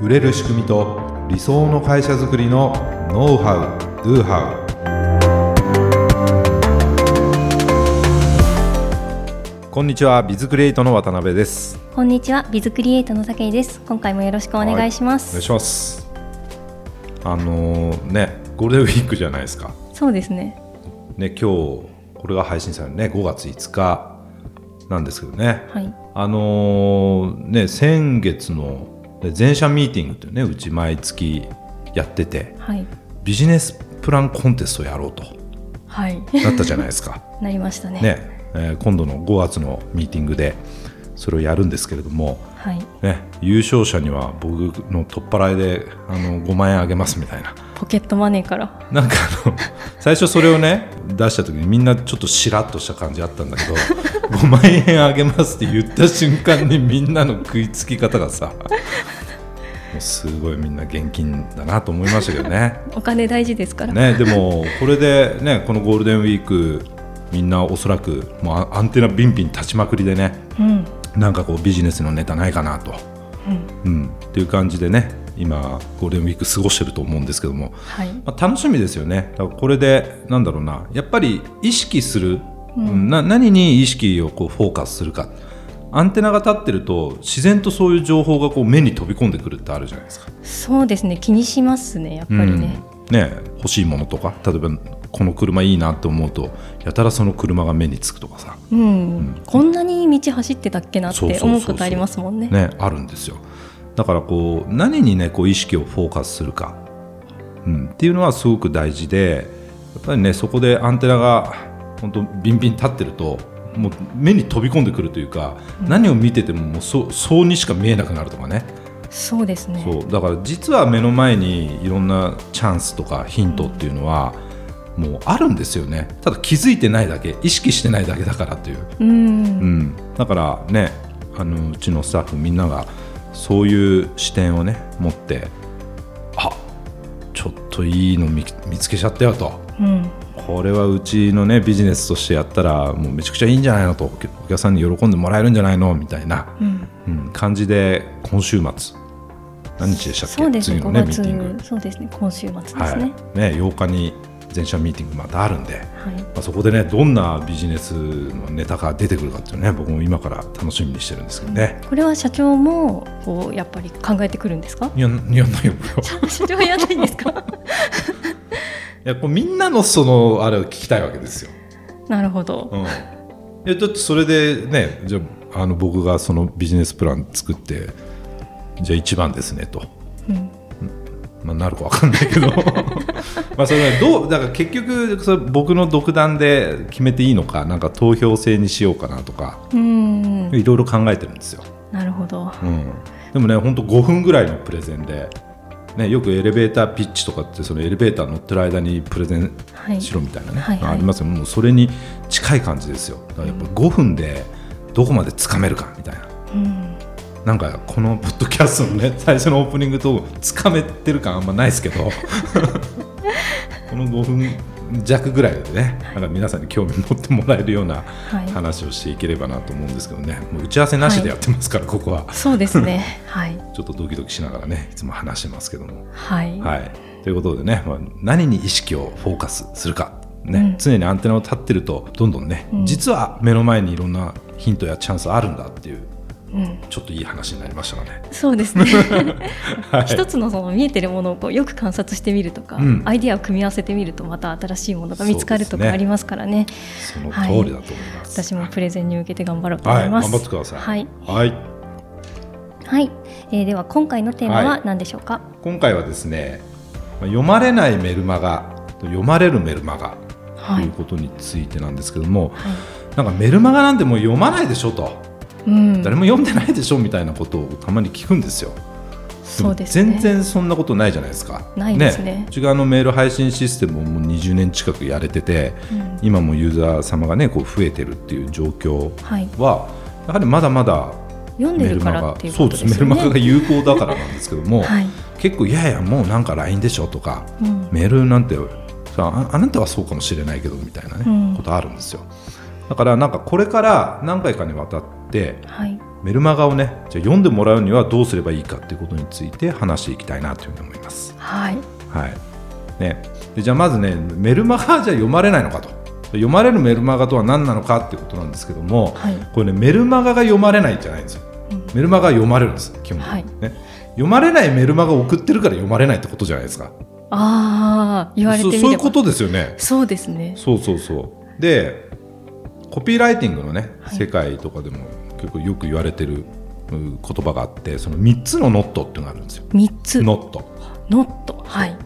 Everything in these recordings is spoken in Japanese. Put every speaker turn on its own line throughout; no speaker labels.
売れる仕組みと理想の会社づくりのノウハウ・ドゥハウこんにちはビズクリエイトの渡辺です
こんにちは、ビズクリエイトの武井です。今回もよろしくお願いしま
お
す。
願いしますあのーねゴールデンウィークじゃないですか
そうですね。
ね今日これが配信されるね5月5日なんですけどね
はい。
あのーね先月のね全社ミーティングっていうねうち毎月やってて
はい。
ビジネスプランコンテストやろうと
はい。
なったじゃないですか
なりましたね。
ね、えー今度の5月のミーティングでそれをやるんですけれども、
はい。
ね、優勝者には僕の取っ払いであの5万円あげますみたいな
ポケットマネーから。
なんかあの最初それをね出した時にみんなちょっとしらっとした感じあったんだけど5万円あげますって言った瞬間にみんなの食いつき方がさもうすごいみんな現金だなと思いましたけどね。
お金大事ですから。
ね、でもこれで、ね、このゴールデンウィークみんなおそらくもうアアンテナビンビン立ちまくりでね
うん。
なんかこうビジネスのネタないかなと、
うん。
うん、っていう感じでね今ゴールデンウィーク過ごしてると思うんですけども、
はい。
まあ、楽しみですよねだからこれでなんだろうなやっぱり意識する、うんな何に意識をこうフォーカスするかアンテナが立ってると自然とそういう情報がこう目に飛び込んでくるってあるじゃないですか。
そうですね。気にしますね。やっぱりね。
うんね欲しいものとか例えばこの車いいなと思うとやたらその車が目につくとかさ、
うん。こんなに道走ってたっけなっ
そうそう
て
そうそう
思うことありますもんね。
ね、あるんですよだからこう何にねこう意識をフォーカスするか、うん、っていうのはすごく大事でやっぱりねそこでアンテナが本当ビンビン立ってるともう目に飛び込んでくるというか、何を見ててももうそうそうにしか見えなくなるとかね、
そうですね。
そうだから実は目の前にいろんなチャンスとかヒントっていうのはもうあるんですよねただ気づいてないだけ意識してないだけだからという、う
う。
んん、だからねあのうちのスタッフみんながそういう視点をね持ってあちょっといいの見見つけちゃったよと
うん。
これはうちのねビジネスとしてやったらもうめちゃくちゃいいんじゃないのとお客お客さんに喜んでもらえるんじゃないのみたいな、
うん。
うん、感じで今週末何日でしたっけ
そうですね。
次の
5
ねミーティング
月。そうですね。今週末ですね。
はいね、8日に全社ミーティングまたあるんで、
はい
まあ、そこでねどんなビジネスのネタが出てくるかっていうのね僕も今から楽しみにしてるんですけどね。
これは社長もこうやっぱり考えてくるんですか
いやいやないよこれは
社長はやらないんで すか
いやこうみんなのそのあれを聞きたいわけですよ。
なるほど、
うん、いやだってそれでねじゃああの僕がそのビジネスプラン作ってじゃあ一番ですねと、
うん
まあ、なるかわかんないけど まあそれはどうだから結局それ僕の独断で決めていいのかなんか投票制にしようかなとか
うーん
いろいろ考えてるんですよ、
なるほど
うん、でもねほんと5分ぐらいのプレゼンで、ね、よくエレベーターピッチとかってそのエレベーター乗ってる間にプレゼン
はい
しろみたいなね、
はいはい
ありますよもうそれに近い感じですよだからやっぱ5分でどこまでつかめるかみたいな
うん
なんかこのポッドキャストのね最初のオープニングとつかめてる感あんまないですけどこの5分弱ぐらいでねなんか皆さんに興味持ってもらえるような
はい
話をしていければなと思うんですけどねもう打ち合わせなしでやってますから、ここは
そうですね はい
ちょっとドキドキしながらねいつも話してますけども。
はい、
はい、ということでね、まあ、何に意識をフォーカスするか、ね
うん
常にアンテナを立ってるとどんどんね、
うん
実は目の前にいろんなヒントやチャンスあるんだっていう
うん、
ちょっといい話になりましたかね。
そうですね
はい
一つのその見えてるものをこうよく観察してみるとか、
うん
アイディアを組み合わせてみるとまた新しいものが見つかる
そ
と
うですね
かありますからね
その通りだと思います。
私もプレゼンに向けて頑張ろうと思
はいい、
ま
頑
す
張ってください。
はい、
はい、
はいえーでは今回のテーマ
は
はい何でしょうか、
今回はですね、まあ読まれないメルマガと読まれるメルマガと
はいいう
ことについてなんですけども、
はい
なんかメルマガなんてもう読まないでしょと、
うん、
誰も読んでないでしょみたいなことをたまに聞くんですよ。
そうですね
全然そんなことないじゃないですか。
ないですね
うちがあのメール配信システムをもう20年近くやれてて、
うん
今もユーザー様がねこう増えてるっていう状況
はい、
はやはりまだまだ
読んで
メ
る
ル
か
マ
ら
ガ
っていう
そ
こ
う
と
で
ですすよね。
メルマガが有効だからなんですけども、
はい、
結構いやいやもうなんか LINE でしょとか
うん、
メールなんてさああなたはそうかもしれないけどみたいなね、
うん
ことあるんですよ。だからなんかこれから何回かにわたって
はい、
メルマガをねじゃあ読んでもらうにはどうすればいいかっていうことについて話していきたいなというふうに思います。
はい。
はいね、でじゃあまずねメルマガじゃあ読まれないのかと読まれるメルマガとは何なのかっていうことなんですけども、
はい
これねメルマガが読まれないんじゃないんですよ。
うん
メルマガは読まれるんです基本的に、
はい
ね。読まれないメルマガを送ってるから読まれないってことじゃないですか。
ああ、言われてみれば
そそういうことですよね。
そうですね。
そうそうそうでコピーライティングのね、
はい
世界とかでも結構よく言われてるう言葉があってその3つのノットっていうのがあるんですよ。
三つ。
ノット
ノット。はい。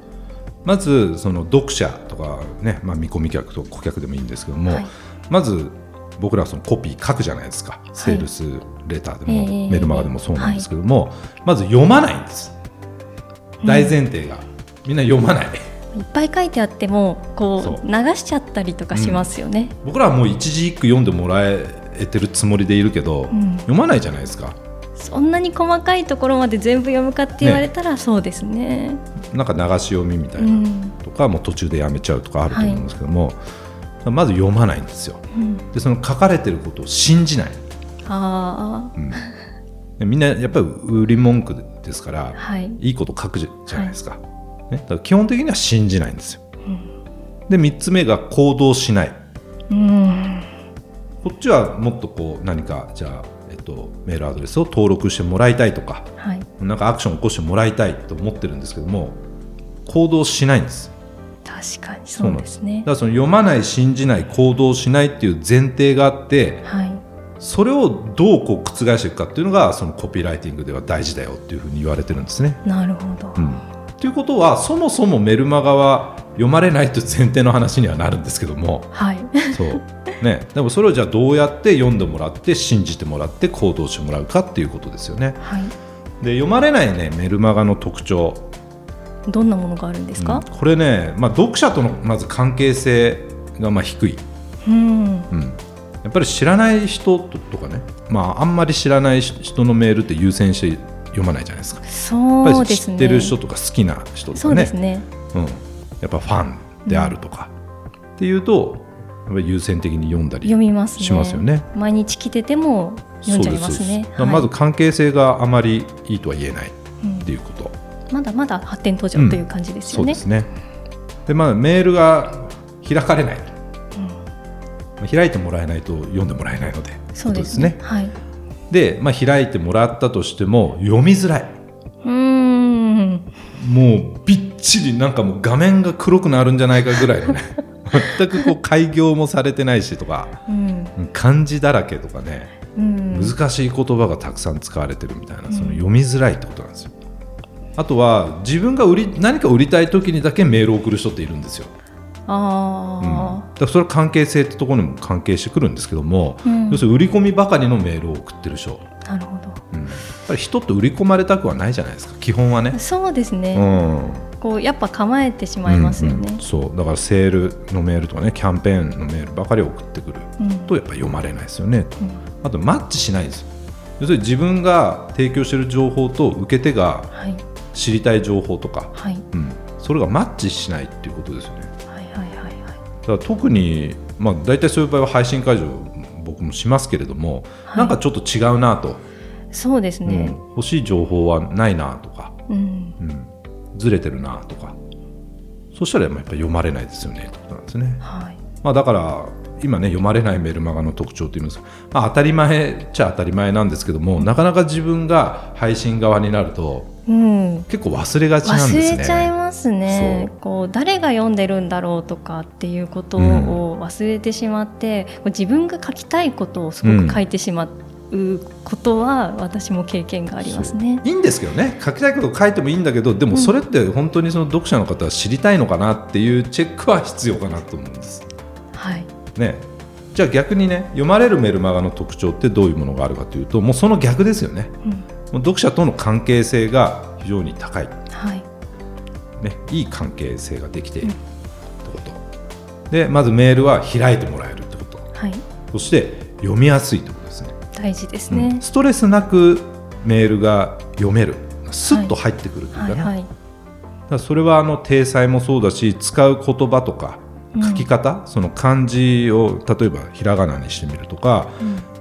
まずその読者とか、ねまあ、見込み客と顧客でもいいんですけども、
はい
まず僕らはそのコピー書くじゃないですか、セールスレターでも、
ええ
メルマガでもそうなんですけども、まず読まないんです大前提が、みんな読まない
いっぱい書いてあっても、こ
そう
う流しちゃったりとかしますよね。
僕らはもう一字一句読んでもらえてるつもりでいるけど、
うん
読まないじゃないですか
そんなに細かいところまで全部読むかって言われたら、そうですね。。
なんか流し読みみたいうなんとか、もう途中でやめちゃうとかあると思うんですけども、まず読まないんですよ
うん、
でその書かれてることを信じない
あ
でみんなやっぱり売り文句ですから、
あ、はい。
い、いこと書くじゃないですか,、ね、だから基本的には信じないんですよ
うん。
で3つ目が行動しない
うん
こっちはもっとこう何かじゃあ、えっと、メールアドレスを登録してもらいたいとか
はい。
なんかアクションを起こしてもらいたいと思ってるんですけども行動しないんです
確かにそうです
だ
ね
か。らその読まない信じない行動しないっていう前提があって
はい。
それをどうこう覆していくかっていうのがそのコピーライティングでは大事だよっていうふうに言われてるんですね。
なるほど。
うん、ということはそもそもメルマガは読まれないという前提の話にはなるんですけども
はい。
そう、ね、でもそれをじゃあどうやって読んでもらって信じてもらって行動してもらうかっていうことですよね。
はい。
で読まれない、ね、メルマガの特徴
どんなものがあるんですか。
うんこれね、まあ、読者とのまず関係性がまあ低い。
うん。
うん、やっぱり知らない人とかね、まあ、あんまり知らない人のメールって優先して読まないじゃないですか。やっ
そ
ぱ
う
り
で
知
す
っ
ね。
てる人とか好きな人と
そ
か
う
ね
ですね。
うん、やっぱファンであるとか、っていうとやっぱり優先的に読んだり
読みますね。
しますよね。
毎日来てても読んじゃいま
そ
す
うですそう
ね
ですだ。から
はい
まず関係性があまりいいとは言えないっ
うん
ていうこと、
まだまだ発展途上という感じです
そ
よ
う
ね
で。すね。でまあメールが開かれない、まあ開いてもらえないと読んでもらえないので
そうですね
こ。
はい。う
とですねで、まあ、開いてもらったとしても読みづらい
ーん。
もうびっちりなんかもう画面が黒くなるんじゃないかぐら いのね全くこう開業もされてないしとか
うん。
漢字だらけとかね
うん。
難しい言葉がたくさん使われてるみたいなその読みづらいってことなんですよ。あとは自分が売り何か売りたい時にだけメールを送る人っているんですよ。
あ
うん、だ
あ。
からそれは関係性ってところにも関係してくるんですけども、
うん
要するに売り込みばかりのメールを送ってる人、
なるほど。
うん、やっぱり人って売り込まれたくはないじゃないですか基本はね。
そうです
う
ね。
ん
こうやっぱ構えてしまいますよ
うんう
ね
ん。そうだからセールのメールとかねキャンペーンのメールばかり送ってくる
うん。
とやっぱ読まれないですよねと
うん
あとマッチしないんですよ要するに自分が提供している情報と受け手が
はい。
知りたい情報とか、
はい。
うん、それがマッチしないっていうことですよねだ
はいはいはいはい。
から特に、まあ、大体そういう場合は配信会場僕もしますけれども、
はい
なんかちょっと違うなと、
そうです
うん
ね。
欲しい情報はないなとか、
うん。
うん、ずれてるなとかそしたらやっぱ読まれないですよねってことなんですね、
はい。
まあ、だから今ね読まれないメルマガの特徴っていうんですか、まあ、当たり前っちゃ当たり前なんですけども、なかなか自分が配信側になると
うん。
結構忘れがちなん
忘
ですね
れちゃいますね
そ
こう誰が読んでるんだろうとかっていうことを忘れてしまって、こう自分が書きたいことをすごく書いてしまうことは私も経験がありますね。
いいんですけどね書きたいこと書いてもいいんだけどでもそれって本当にその読者の方は知りたいのかなっていうチェックは必要かなと思うんです。
はい、
ね、じゃあ逆にね読まれるメルマガの特徴ってどういうものがあるかというともうその逆ですよね。
うん
もう読者との関係性が非常に高い、
はい、
ね、いい関係性ができているってことでまずメールは開いてもらえるってこと
はい、
そして読みやすいってことですね。
大事です
う
ね
ん。ストレスなくメールが読めるスッと入ってくるというか
は
ね、
いはい、
だからそれはあの体裁もそうだし使う言葉とか書き方、その漢字を例えばひらがなにしてみるとか、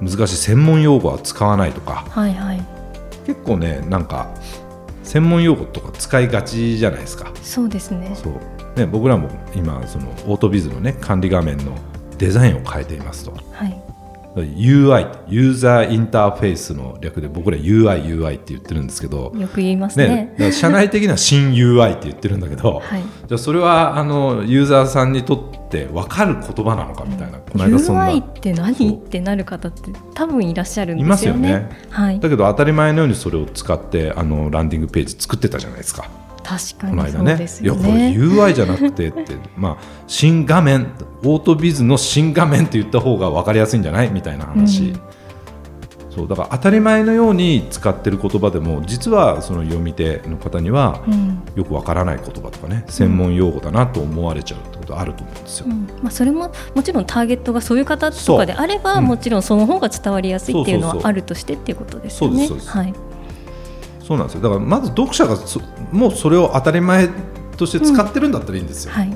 難しい専門用語は使わないとか
はいはい
結構ねなんか専門用語とか使いがちじゃないですか。
そうですね
そうね、僕らも今そのオートビズの、ね、管理画面のデザインを変えていますと
はい、
UI ユーザーインターフェースの略で僕ら UIUI って言ってるんですけど、
よく言います
ね
ね
だから社内的には新 UI って言ってるんだけど、
はい
じゃあそれはあのユーザーさんにとって分かる言葉なのかみたいな、この間そんな
UI って何ってなる方って多分いらっしゃるん
い
で
ますす
よ
よ
ね。
ね。
はい、
だけど当たり前のようにそれを使ってあのランディングページ作ってたじゃないですか。
確
こ
か
の
に
間
そう
ね
です
いや
よ
こ
ね。
れ UI じゃなくてって まあ新画面オートビズの新画面って言った方が分かりやすいんじゃないみたいな話、
うん
そうだから当たり前のように使ってる言葉でも実はその読み手の方には
うん
よく分からない言葉とかね専門用語だなと思われちゃうってことあると思うんですよ。
うんまあ、それももちろんターゲットがそういう方とかであれば、
そううん
もちろんその方が伝わりやすいっていうの
そうそう
は
そう
あるとしてっていうことですよね。
そうですそ
はい、
そうなんですよだからまず読者がそもうそれを当たり前として使ってるんだったらいいんですよ。
はい、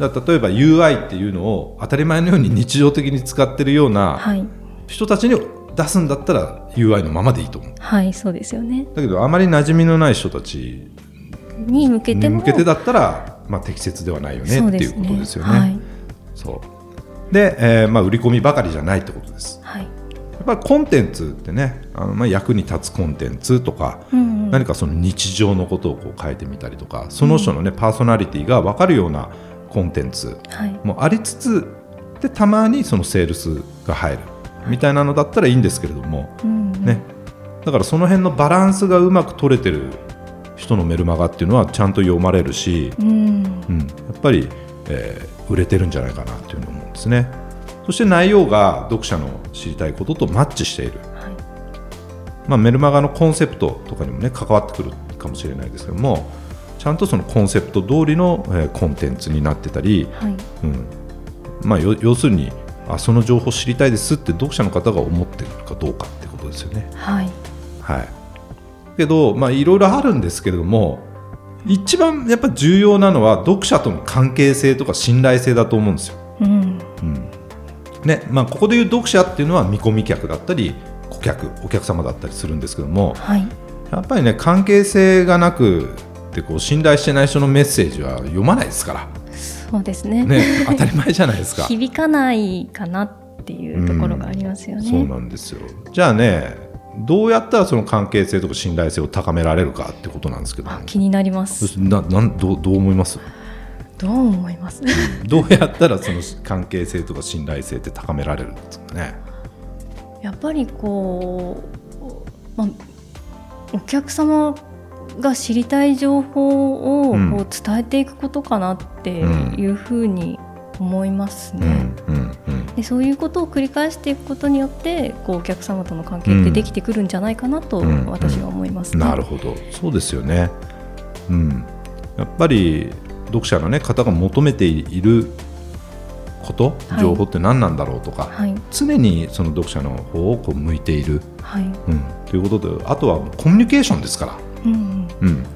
だから例えば UI っていうのを当たり前のように日常的に使ってるような
はい、
人たちに出すんだったら UI のままでいいと思う。
はい、そうですよね。
だけどあまり馴染みのない人たち
に向け
に
ても
向けてだったら、まあ、適切ではないよねっていうことですよね。
はい、
そうで、えーまあ、売り込みばかりじゃないってことです。
はい、
やっぱりコンテンツってねあの、まあ、役に立つコンテンツとか、
うんうん
何かその日常のことをこう変えてみたりとかその人の、ねパーソナリティが分かるようなコンテンツ
はい、
もありつつでたまにそのセールスが入るみたいなのだったらいいんですけれども、
うんうん
ね、だからその辺のバランスがうまく取れてる人のメルマガっていうのはちゃんと読まれるし、
うん、
うん、やっぱり、えー売れてるんじゃないかなっていうふうに思うんですね。そして内容が読者の知りたいこととマッチしている、
はい、
まあ、メルマガのコンセプトとかにも、ね、関わってくるかもしれないですけどもちゃんとそのコンセプト通りの、えーコンテンツになってたり、
はい、
うんまあ、よ要するにあその情報知りたいですって読者の方が思ってるかどうかってことですよね。
はい、
はい、けど、まあ、いろいろあるんですけれども一番やっぱ重要なのは読者との関係性とか信頼性だと思うんですよ。
うん、
うんねまあ、ここでいう読者っていうのは見込み客だったり顧客お客様だったりするんですけども
はい、
やっぱりね関係性がなくてこう信頼してない人のメッセージは読まないですか
そうです
ら、 ね、当たり前じゃないですか。
響かないかなっていうところがありますよね。
そうなんですよじゃあねどうやったらその関係性とか信頼性を高められるかってことなんですけども
あ気になりま
そ
す
し。てななんどうどう思います
どう思います。
どうやったらその関係性とか信頼性って高められるんですかね
やっぱりこう、まあ、お客様が知りたい情報を
うん
こう伝えていくことかなっていうふうに思います
う
ね。
んうんうん
でそういうことを繰り返していくことによってこうお客様との関係ってできてくるんじゃないかなと
うん
私は思います、ね
なるほどそうですよねうんやっぱり読者の、ね、方が求めていること
はい
情報って何なんだろうとか、
はい
常にその読者の方をこう向いている、
はい、
うん、ということであとはコミュニケーションですから
うんうん、
うん、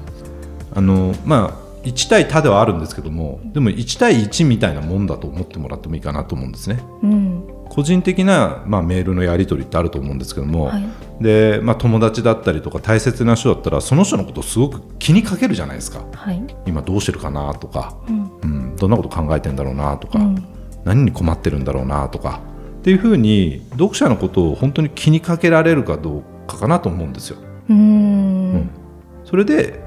あのまあ1対他ではあるんですけどもでも1対1みたいなもんだと思ってもらってもいいかなと思うんですね
うん、
個人的な、まあ、メールのやり取りってあると思うんですけども、
はい、
でまあ、友達だったりとか大切な人だったらその人のことをすごく気にかけるじゃないですか
はい、
今どうしてるかなとか、
うん、
うん、どんなこと考えてんだろうなとか、
うん
何に困ってるんだろうなとかっていうふうに読者のことを本当に気にかけられるかどうかかなと思うんですよ。
うーん
それで、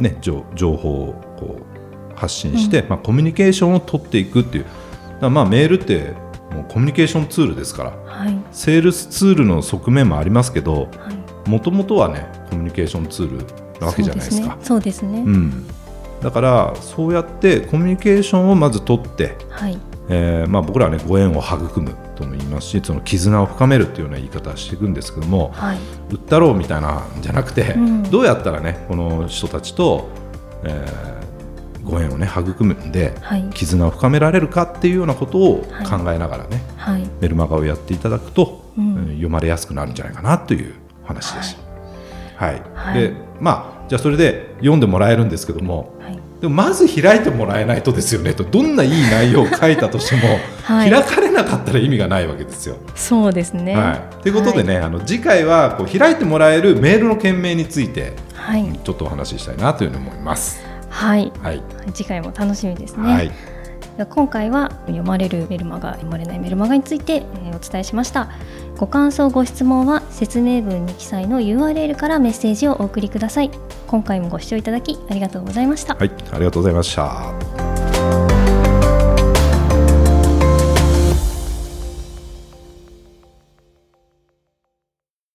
ね、情情報をこう発信して、まあ、コミュニケーションを取っていくっていうだからまあメールってもうコミュニケーションツールですから
はい
セールスツールの側面もありますけど
はい
もともとはねコミュニケーションツールなわけじゃないですか
そうですねそう
う、
ですね
ん、だからそうやってコミュニケーションをまず取って、
はい
えーまあ、僕らはねご縁を育むとも言いますしその絆を深めるっていうような言い方をしていくんですけども、
はい
売ったろうみたいなんじゃなくて、
うん
どうやったらねこの人たちと、えーご縁をね育むんで
はい
絆を深められるかっていうようなことを考
はい
えながらね、
はい
メルマガをやっていただくと、
うん
うん読まれやすくなるんじゃないかなという話です。はい
はい
でまあじゃあそれで読んでもらえるんですけども、
はい
でもまず開いてもらえないとですよねとどんないい内容を書いたとしても、
はい
開かれなかったら意味がないわけですよ。
そうですね。
はい、ということでね、あの次回はこう開いてもらえるメールの件名について
はい、
ちょっとお話ししたいなというふうに思います。
はい、
はい、
次回も楽しみですね。
はい、
では今回は読まれるメルマガ読まれないメルマガについてえーお伝えしましたご感想ご質問は説明文に記載の URL からメッセージをお送りください今回もご視聴いただきありがとうございました
はい、ありがとうございました。